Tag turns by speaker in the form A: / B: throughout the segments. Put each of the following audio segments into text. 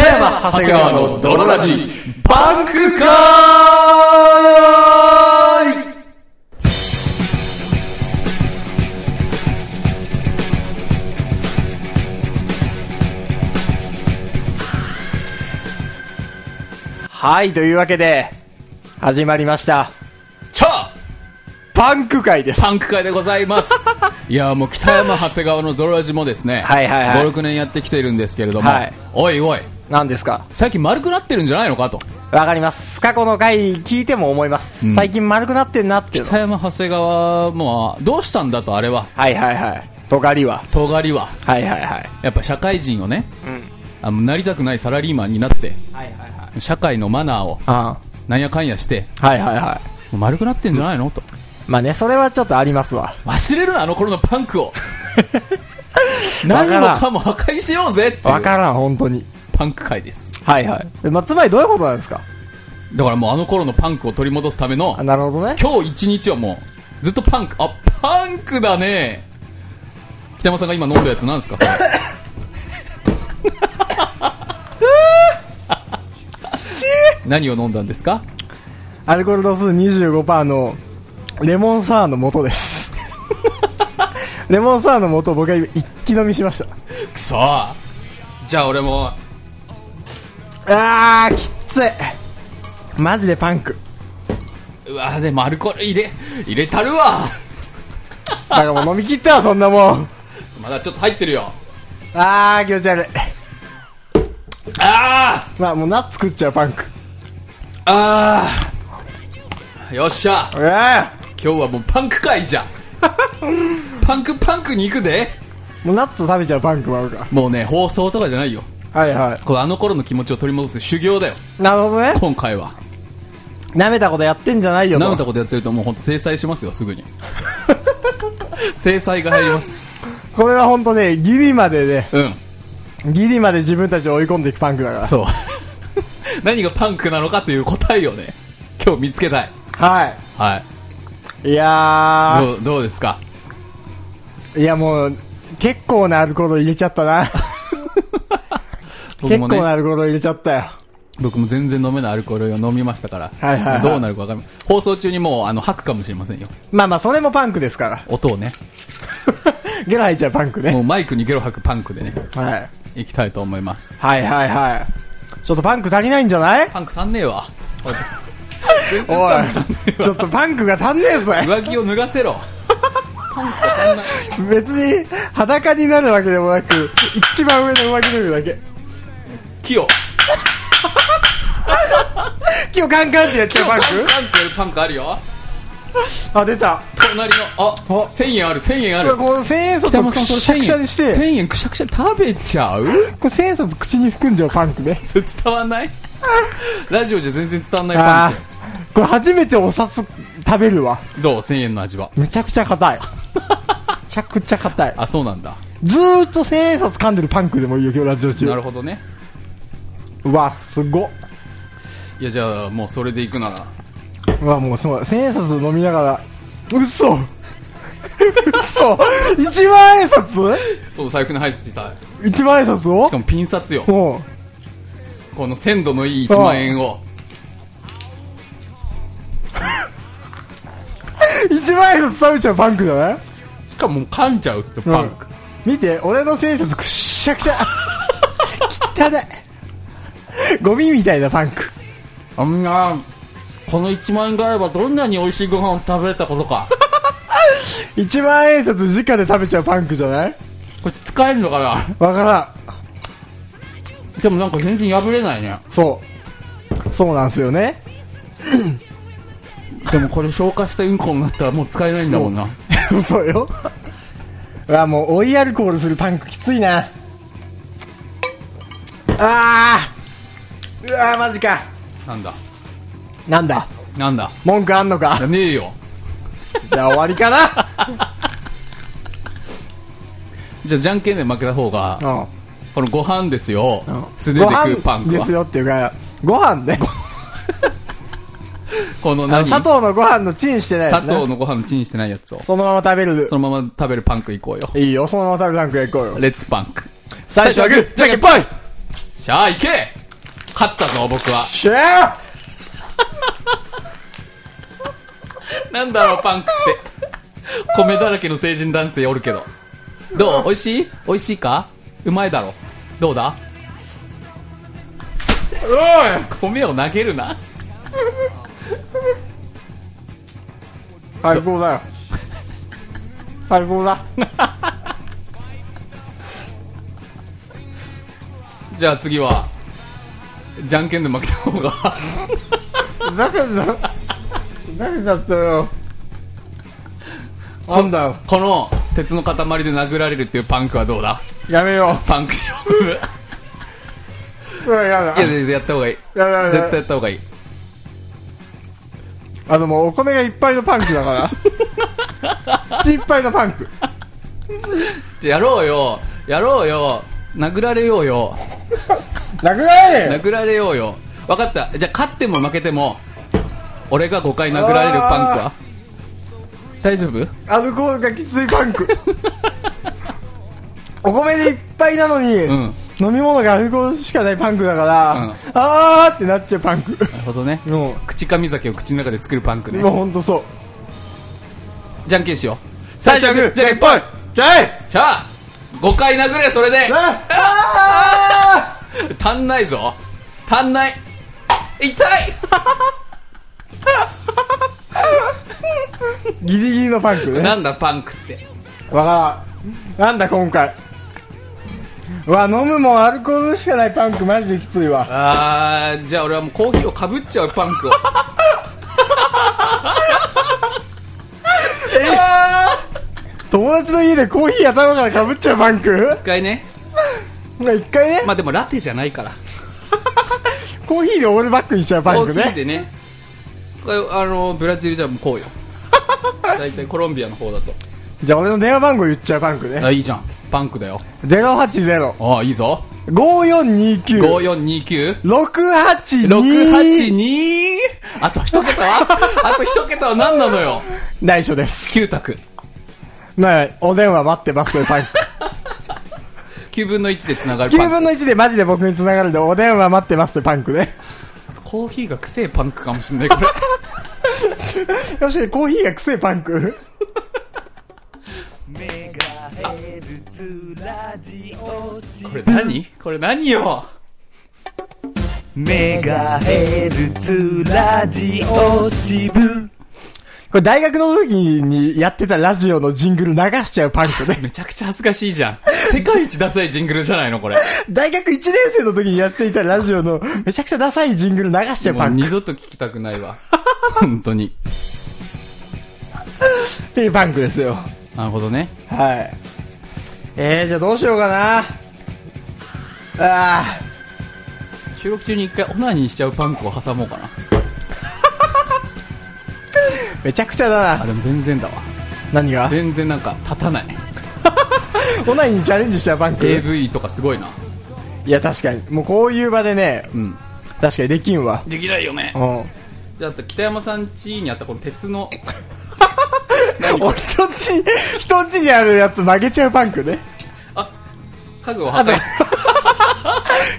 A: 川長谷川の泥ラジパンク会はい、というわけで、始まりました。
B: チャ
A: パンク会です。
B: パンク会でござ いますいやもう北山長谷川の泥ラジもですね
A: はいはいはい
B: 56年やってきているんですけれども、
A: はい
B: おいおい
A: 何ですか
B: 最近丸くなってるんじゃないのかと
A: わかります。過去の回聞いても思います。最近丸くなってんなっていうの。
B: 北山長谷川もどうしたんだとあれは
A: はいはいはい。尖りは。
B: 尖りは
A: はいはいはい。
B: やっぱ社会人をね
A: うん。
B: あのなりたくないサラリーマンになって
A: はいはいはい。
B: 社会のマナーを
A: あ
B: なんやかんやして
A: あはいはいはい。
B: もう丸くなってんじゃないのと
A: まあね、それはちょっとありますわ。
B: 忘れるなあの頃のパンクを何もかも破壊しようぜってい
A: わ
B: う
A: からん、本当に。
B: パンク会です
A: はいはい。まあ、つまりどういうことなんですか
B: だからもうあの頃のパンクを取り戻すための
A: あなるほどね。
B: 今日一日はもうずっとパンクあパンクだね北山さんが今飲んだやつなんです かそれ何を飲んだんですか
A: アルコール度数25%のレモンサワーの素です。 レモンサワーの素を僕は今一気飲みしました。
B: くそーじゃあ俺も
A: あー、きっつい。マジでパンク。
B: うわーでもアルコール入れ入れたるわ
A: だからもう飲み切ったわ、そんなもん。
B: まだちょっと入ってるよ
A: あー、気持ち悪い。
B: あー
A: まあもうナッツ食っちゃう、パンク。
B: あーよっしゃ
A: えー
B: 今日はもうパンク 会じゃんパンクパンクに行くで
A: もうナッツ食べちゃう、パンクもあるか
B: もうね放送とかじゃないよ
A: ら。はいは
B: これあの頃の気持ちを取り戻す修行だよ
A: い。なるほどね。
B: 今回は
A: 舐めたことやってんじゃないよと
B: 舐めたことやってるともう本当制裁しますよ すぐに制裁が入ります
A: これは本当ね、ギリまでね、
B: うん
A: ギリまで自分たちを追い込んでいくパンクだか
B: そう何がパンクなのかという答えをね今日見つけたい
A: ら。は
B: は
A: い。
B: い
A: いや
B: どうどうで すか
A: ー、いやもう、結構なアルコール入れちゃったな。
B: 僕
A: 結構
B: もね
A: なアルコール入れちゃったよ。
B: 僕も全然飲めないアルコールを飲みましたから、
A: はいはいはい
B: どうなるか分かりません放送中にもうあの吐くかもしれませんよ
A: まあまあ、それもパンクです から。
B: 音をね
A: ゲラ入っちゃうパンクね
B: も。うマイクにゲロ吐くパンクでね
A: はい。
B: いきたいと思います
A: はいはいはい。ちょっとパンク足りないんじゃない
B: パンク足んねえわ全然
A: お
B: パンク足んね
A: い。ちょっとパンクが足んねえぞ。
B: 上着を脱がせろ
A: 別に、裸になるわけでもなく、一番上の上着脱ぐだけ。
B: 木を
A: 今日カンカンってやっちゃうパン
B: パンクってやるパンクあるよ
A: クあ、出た。
B: 隣のあ1000円ある1000円ある
A: この千円札
B: 北
A: を
B: 山
A: く
B: さんそれ
A: しゃくしゃにして、
B: 1000円くしゃくしゃ食べちゃう
A: これ千円札口に含んじゃうパンクね。
B: それ伝わ んないラジオじゃ全然伝わんないパン
A: ああ。
B: ク
A: これ初めてお札食べるわ。
B: どう1000円の味は
A: めちゃくちゃ硬い。めちゃくちゃ硬い。
B: あそうなんだ
A: ずーっと千円札噛んでるパンクでもいいよ、今日ラジオ
B: なる
A: 中。
B: ほどね
A: うわ、すごっ。
B: いやじゃあもうそれでいくなら
A: うわ、もうそう、千円札飲みながら、嘘嘘一万円札
B: お財布に入っていたし
A: 一万円札を
B: かもピン札よ
A: も
B: この鮮度のいい1万円を
A: う、一万円札食べちゃうパンクじゃない
B: しかももう噛んじゃうってパンク、
A: 見て俺の千円札くっしゃくしゃ汚いゴミみたいなパンク
B: あんなこの1万円があればどんなに美味しいご飯を食べれたことか
A: 一万円札直で食べちゃうパンクじゃない
B: これ使えるのかな
A: わから
B: でもなんか全然破れないね
A: んそうそうなんすよね
B: でもこれ消化したうんこになったらもう使えないんだもんな
A: 嘘よ うわもう追いアルコールするパンクきついなあーうわーマジか
B: なんだ
A: なんだ
B: なんだ
A: 文句あんの
B: じ
A: か
B: ゃねえよ
A: じゃあ終わりか な
B: じゃあじゃんけんで負けた方が
A: うん
B: このご飯ですよ
A: うん
B: 素手で食うパン
A: ご飯
B: ク
A: です
B: は
A: よっていうかご飯ね
B: この
A: あの
B: 何
A: 砂
B: 砂
A: 糖のご飯のチンしてないやつね
B: 糖のご飯チンしてないやつを
A: そのまま食べる
B: そのまま食べるパンクいこうよ
A: いいよそのまま食べたんくらい行こうよ
B: レッツパンク
A: 最初はグー
B: じゃんけんぽいしゃあいけ勝ったぞ、僕は。
A: シェー
B: なんだろう、パンクって。米だらけの成人男性おるけど。どう美味しい美味しいかうまいだろ。どうだ
A: おい
B: 米を投げるな。
A: 最高だよ最高だ
B: じゃあ次は、じゃんけんで負けた方が。
A: ふざけんなふざけちゃったよなんだよ
B: この鉄の塊で殴られるっていうパンクはどうだ
A: やめよ
B: パンク勝負。
A: う
B: いう
A: わやだ
B: や、全然やった方がいい。絶
A: やだやだ
B: 対やった方がいい。
A: あのもうお米がいっぱいのパンクだから 口いっぱいのパンク
B: じゃあやろうよ。やろうよ。殴られようよ。
A: なくない
B: 殴られようよ分かったじゃあ勝っても負けても俺が5回殴られるパンクは大丈夫
A: アルコールがきついパン クお米でいっぱいなのに、
B: ん
A: 飲み物がアルコールしかないパンクだから、
B: うん
A: あーってなっちゃうパンク
B: なるほどね
A: も
B: 口かみ酒を口の中で作るパンク
A: う
B: ね
A: もうほんとそう
B: じゃんけんしよう最初はグーじゃんけん
A: ぽいじゃい
B: さあ5回殴れそれで
A: ああ
B: 足んないぞ足んない痛い
A: ーギリギリのパンクね
B: なんだパンクって
A: わからんなんだ今回うわ飲むもんアルコールしかないパンクマジできついわ
B: あーじゃあ俺はもうコーヒーをかぶっちゃうパンクを
A: 友達の家でコーヒー頭からかぶっちゃうパンク
B: 一回ね
A: まあ一回ね、
B: まあでもラテじゃないから
A: コーヒーでオールバックにしちゃうパンク
B: コーヒー
A: ね
B: でねこれあのブラジルじゃもうこ うよ大体コロンビアの方だと
A: じゃあ俺の電話番号言っちゃうパンクね
B: あいいじゃんパンクだよ
A: 080
B: ああいいぞ
A: 5429
B: 5429
A: 682
B: 682あと一桁はあと一桁は何なのよ
A: 内緒です。
B: 9択
A: まあ、お電話待ってますというパ ンク。
B: 9分の1でつながるパ
A: 9
B: ンク
A: 分の1でマジで僕に繋がるんで、お電話待ってますというパンクね。
B: コーヒーがくせえパンクかもしんない これ
A: よし、コーヒーがくせえパンク。
B: これ何これ何よ
C: メガヘルツラジオ支部
A: これ大学の時にやってたラジオのジングル流しちゃうパンクね。
B: めちゃくちゃ恥ずかしいじゃん世界一ダサいジングルじゃないのこれ
A: 大学1年生の時にやっていたラジオのめちゃくちゃダサいジングル流しちゃう
B: も
A: パン
B: う
A: ク
B: 二度と聞きたくないわ本当に
A: っていうパンクですよ。
B: なるほどね
A: はい。えー、じゃあどうしようかな。ああ
B: 収録中に一回オナニーしちゃうパンクを挟もうかな
A: ー、めちゃくちゃだ
B: あ
A: な。
B: でも全然だわ
A: 何が
B: 全然なんか立たない
A: オナニーにチャレンジしちゃうパンク。
B: AV とかすごいない
A: や確かにもうこういう場でね
B: うん
A: 確かにできんわ
B: できないよね
A: うん
B: じゃああと北山さん家にあったこの鉄の
A: 俺人んち人んちにあるやつ曲げちゃうパンクね
B: 家具を破
A: あと
B: 壊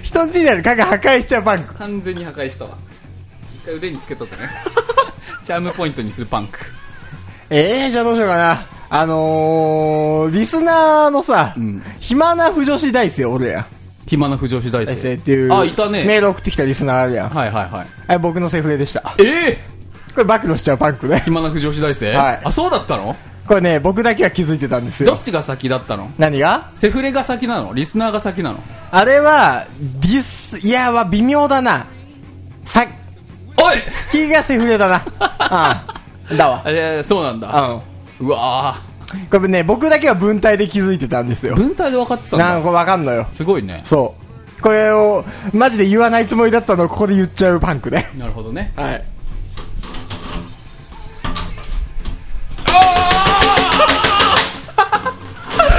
A: 人んちにある家が破壊しちゃうパンク
B: 完全に破壊したわ一回腕につけとってね チャームポイントにするパンク
A: ええー、じゃあどうしようかなあのー、リスナーのさ、
B: ん
A: 暇な不女子大生おるやん
B: 暇な不条子大
A: 大生
B: 生
A: っていう
B: あいたね
A: メール送ってきたリスナーあるやん、
B: はいはいはい
A: あれ僕のセフレでしたこ
B: ええ
A: れ暴露しちゃうパンクね
B: 暇な不条子大生、
A: はい
B: あそうだったの
A: これね僕だけは気づいてたんです
B: ど
A: よ
B: っちが先だったの
A: 何が
B: セフレが先なのリスナーが先なの
A: あれはディスいやは微妙だなさ
B: おい
A: キーがセフレだな。ああだわ。
B: えそうなんだ
A: う
B: うわ
A: ん。これね、僕だけは文体で気づいてたんです
B: ー
A: よ。
B: 文体で分かってたん
A: な
B: だ
A: んかわかんのよ。
B: すごいね
A: そう。これを、マジで言わないつもりだったのをここで言っちゃうパンクね。
B: なるほどね
A: はい。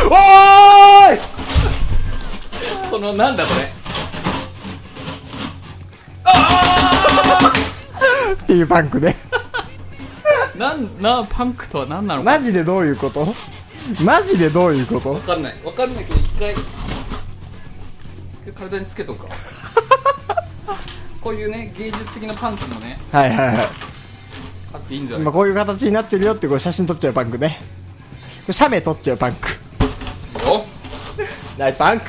A: おーい
B: このなんだこれ
A: っていうパンクね。
B: なんなパンクとは何なのか
A: マジでどういうことマジでどういうこと
B: 分かんない分 かんないけど一回一回体につけとくかこういうね芸術的なパンクもね
A: はいはいはい
B: あっていいんじゃない
A: 今こういう形になってるよってこう写真撮っちゃうパンクねこれ写メ撮っちゃうパンク
B: よ
A: ナイスパンク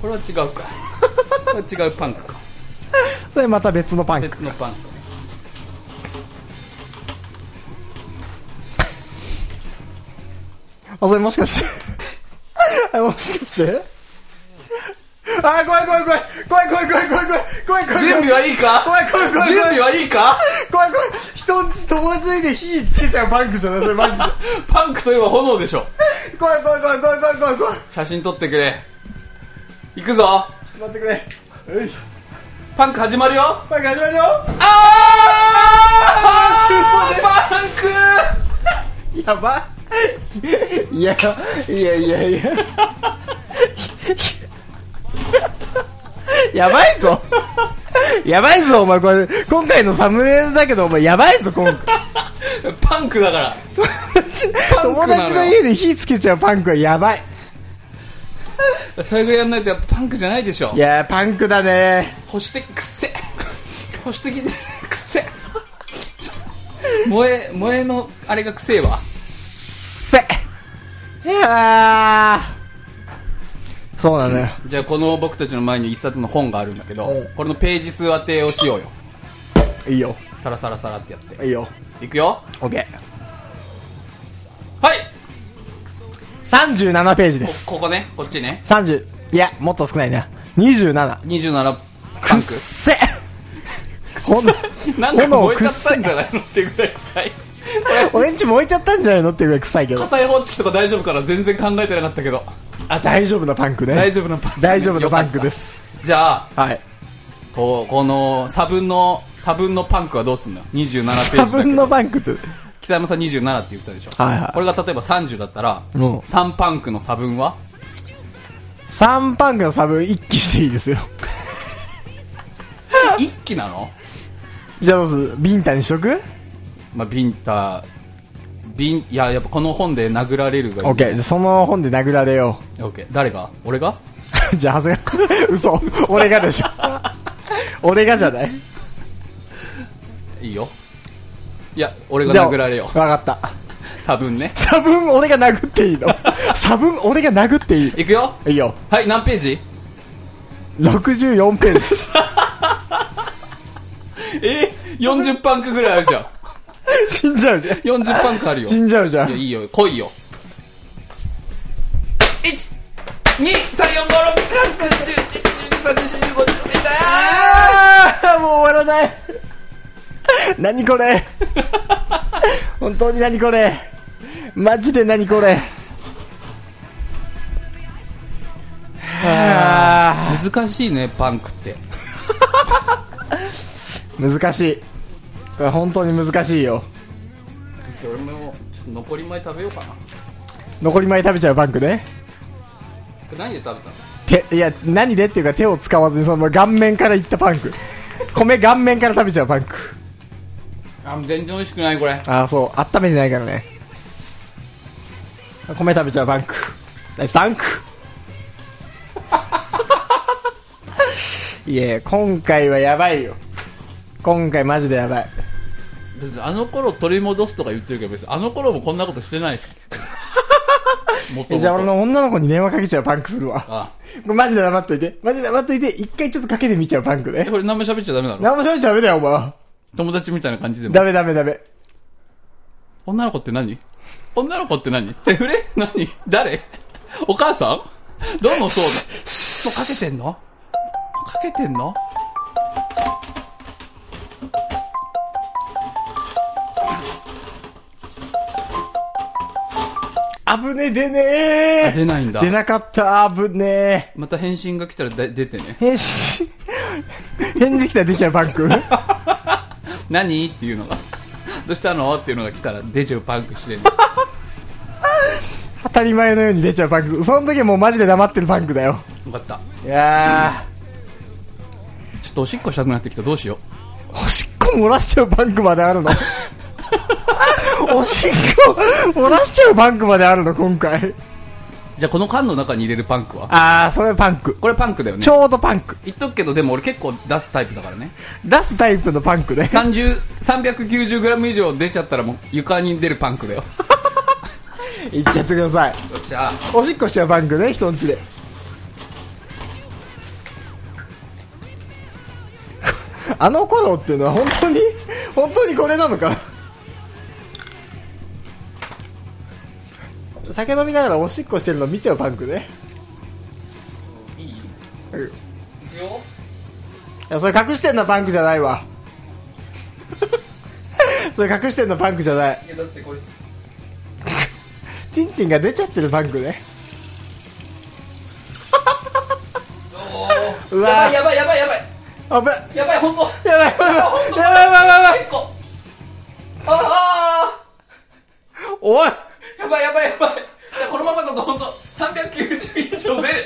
B: これは違うかこれは違うパンクか
A: それまた別のパンク
B: 別のパンクね
A: あそれもしかして あもしかしてあ怖い怖い怖い怖い怖い怖い怖い怖い怖い怖い怖い
B: 準備はいいか
A: 怖い怖い怖い怖い
B: 準備はいいか
A: 怖い怖い人んち友達で火つけちゃうパンクじゃないそれマジで
B: パンクといえば炎でしょ
A: 怖い怖い怖い怖い怖い怖い怖い
B: 写真撮ってくれ行くぞ
A: ちょっと待ってくれうい
B: パンク始まるよ
A: パンク始まるよ
B: ああパンク
A: やばいいやいやいやいややばいぞやばいぞお前これ今回のサムネイルだけどお前やばいぞ今回
B: パンクだから
A: 友達の家で火つけちゃうパンクはやばい
B: それぐらいやんないとやっぱパンクじゃないでしょ
A: いやーパンクだね
B: 保守的くっせ保守的でくっせちょ萌え萌えのあれがくせえわ
A: せいやーそうなのよ
B: じゃあこの僕たちの前に一冊の本があるんだけど、
A: うん
B: これのページ数当てをしよう
A: い
B: よ
A: いよ
B: サラサラサラってやって
A: いいよ
B: いくよ
A: OK37
B: はい
A: ページで
B: こ
A: す
B: ここねこっちね
A: 30いやもっと少ないな27
B: 27
A: く
B: パ
A: っ
B: ンク
A: せほん
B: なんか燃えちゃったんじゃないのっていうぐらい臭い
A: 俺んち燃えちゃったんじゃないのっていうぐらい臭いけど
B: 火災報知器とか大丈夫から全然考えてなかったけど
A: あ大丈夫なパンクね
B: 大丈夫なパンク
A: 大丈夫なパンクです
B: じゃあ
A: はい
B: こうこの差分の差分のパンクはどうすんの27ページだ
A: 差
B: けど
A: 分のパンクって
B: 北山さん27って言ったでしょ、
A: はいはい
B: これが例えば30だったら、
A: うん
B: 3パンクの差分は
A: 3パンクの差分一気していいですよ
B: 一気なの
A: じゃあどうするビンタにしとく
B: まあビンタビンいややっぱこの本で殴られるがいい
A: ?OK じゃあその本で殴られよ
B: OK 誰が俺が
A: う じゃあ恥ずか嘘俺がでしょ俺がじゃない
B: いいよいや俺が
A: じゃあ
B: 殴られよ
A: 分かった
B: 差分ね
A: 差分俺が殴っていいの差分俺が殴っていい
B: いくよ
A: いいよ
B: はい何ページ
A: 64ページです
B: え40パンクぐらいあるじゃん
A: 死んじゃうじゃん
B: 40パンクあるよ
A: 死んじゃうじゃん
B: いやいいよ来いよ1 2 3 4 5 6 7 8 9 10 11 12 13 14 15 16 17 18 19 20 21 22 23 24 25 26 27 28 29 30 31 32 33 34 35 36 37 38 39 40 41 42 43 44 45 46 47 48 49 50 51 52 53 54 55 56 57 58 59 60 61 62 63 64 65 66 67 68 69 70 71 72 73 74 75 76 77 78 79 80 81 82 83 84 85 86 87 88 89 90 91 92 93 94 95 96 97 98 99 100 101 102 103 104 105 106 107 108 109 110 111 112 113 114 115 116 117 118 119 120 121 122 123 124 125 126 127 128 129 130 131 132 133 134 135 136 137 138 139 140 141 142 143 144 145 146 147 148 149 150 151 152 153 154 155 156 157 158 159 160 161 162
A: 終わらない何これ本当に何これマジで何これはあ
B: 難しいねパンクって
A: 難しいこれ本当に難しいよ
B: 俺も残り前食べようかな
A: 残り前食べちゃうバンクね
B: 何で食べたの
A: 手いや何でっていうか手を使わずにそのまま顔面からいったパンク米顔面から食べちゃうパンク
B: あ全然美味しくないこれ
A: ああそう温めてないからね米食べちゃうパンクパンク いや今回はやばいよ今回マジでやばい
B: 別にあの頃取り戻すとか言ってるけど別にあの頃もこんなことしてないしもと
A: え
B: も
A: じゃあ俺
B: と
A: の女の子に電話かけちゃうパンクするわ
B: あ
A: これマジで黙っといてマジで黙っといて一回ちょっとかけてみちゃうパンク
B: え
A: ね
B: これ何も喋っちゃダメだろ
A: 何もしゃべっちゃダメだよお前
B: 友達みたいな感じでも
A: ダメダメダメ
B: 女の子って何女の子って何セフレ何誰お母さんどうもそうだもうかけてんのかけてんの
A: 危ねえ出ね
B: あ
A: え
B: 出ないんだ
A: 出なかった危ねえ
B: また返信が来たらだ出てね
A: 返事 返事来たら出ちゃうパンク
B: 何っていうのがどうしたのっていうのが来たら出ちゃうパンクしてんの
A: 当たり前のように出ちゃうパンクその時はもうマジで黙ってるパンクだよ
B: よかった
A: いや
B: ちょっとおしっこしたくなってきたどうしよ
A: ーおしっこ漏らしちゃうパンクまであるの おしっこ漏らしちゃうパンクまであるの今回
B: うじゃあこの缶の中に入れるパンクは
A: ああそれパンク
B: これパンクだよね
A: ちょうどパンク
B: 言っとくけどでも俺結構出すタイプだからね
A: 出すタイプのパンクね
B: 390g 以上出ちゃったらもう床に出るパンクだよよ
A: いっちゃってください
B: っしゃ
A: おしっこしちゃうパンクね人んちで あの頃っていうのは本当に本当にこれなのか酒飲みながらおしっこしてるの見ちゃうパンクね
B: いい
A: うんい
B: くよ
A: やそれ隠してんのはパンクじゃないわ それ隠してんのはパンクじゃない
B: いやだってこれ
A: チンチンが出ちゃってるパンクね うわ
B: やばいやばいやばい
A: あぶや
B: やばい本当
A: ばいやばいやばいやばいやばいやばい
B: 結構あ
A: おい
B: あやばいやばいやばいじゃあこのままだと本当390以上出る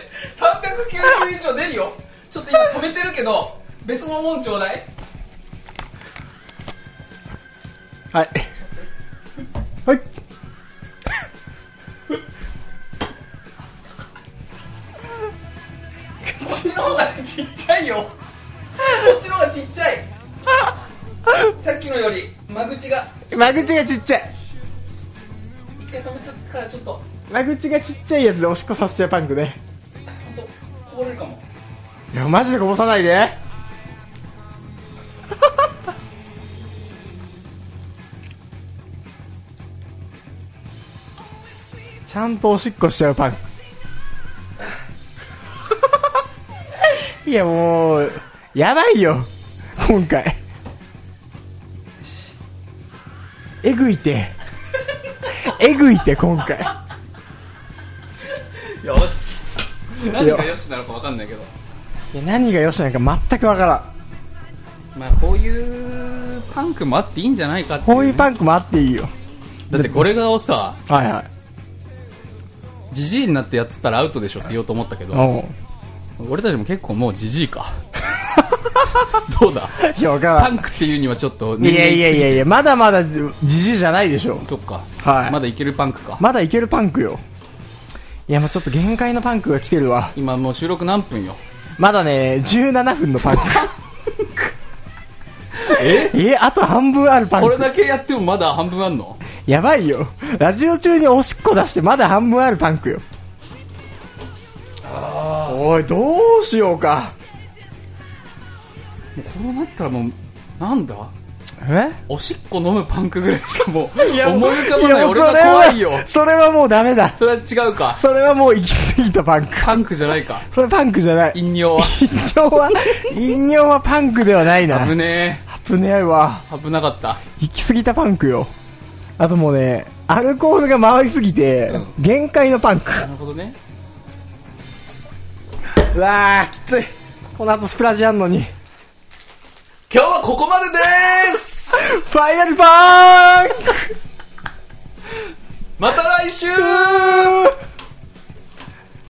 B: 390以上出るよちょっと今止めてるけど別のもんちょうだい
A: はいはい
B: こっちの方がちっちゃいよこっちの方がちっちゃいさっきのより間口が
A: 間口がちっちゃい
B: 一回止めちゃったからちょっと本
A: 間口がちっちゃいやつでおしっこさせちゃうパンクね
B: 当こぼれるかも
A: いやマジでこぼさないで ちゃんとおしっこしちゃうパン クいやもうやばいよ今回えぐいてえぐいて今回
B: よし何がよしなのか分かんないけど
A: いや何がよしなのか全くわからん
B: まあこういうパンクもあっていいんじゃないかって
A: こういうパ
B: ン
A: ンクもあっていいよ
B: だってこれがをさ
A: はいはい
B: ジジイになってやってたらアウトでしょって言おうと思ったけど
A: おう
B: 俺たちも結構もうジジイか どうだ
A: いやわからん
B: パンクっていうにはちょっと
A: いやいやいやい
B: や
A: や、まだまだじじじいじゃないでしょ。
B: そっか、
A: はい
B: まだいけるパンクか
A: まだいけるパンクよ。いや、もうちょっと限界のパンクが来てるわ。
B: 今もう収録何分よ
A: まだね、17分のパンク。
B: え
A: え、あと半分あるパン
B: これ
A: ク。
B: だけやってもまだ半分あんの
A: やばいよ。ラジオ中におしっこ出してまだ半分あるパンクよ。おい、どうしようか。
B: もうこうなったらもうなんだ
A: え
B: おしっこ飲むパンクぐらいしかもう思い
A: やもう
B: 浮かばない
A: やもう
B: 俺が怖いよ
A: それは、それはもうダメだ。
B: それは違うか
A: それはもう行き過ぎたパンク。
B: パンクじゃないか
A: それパンクじゃない。
B: 飲尿は
A: 飲尿は、飲尿はパンクではないな。
B: 危ね
A: 危ねえわ。
B: え危なかった
A: 行き過ぎたパンクよあともうねアルコールが回りすぎて、
B: う
A: 限界のパンク
B: なるほどね
A: うわあきついこの後スプラジあんのにフ
B: 今日はここまででーす
A: ァイナルパンク
B: また来週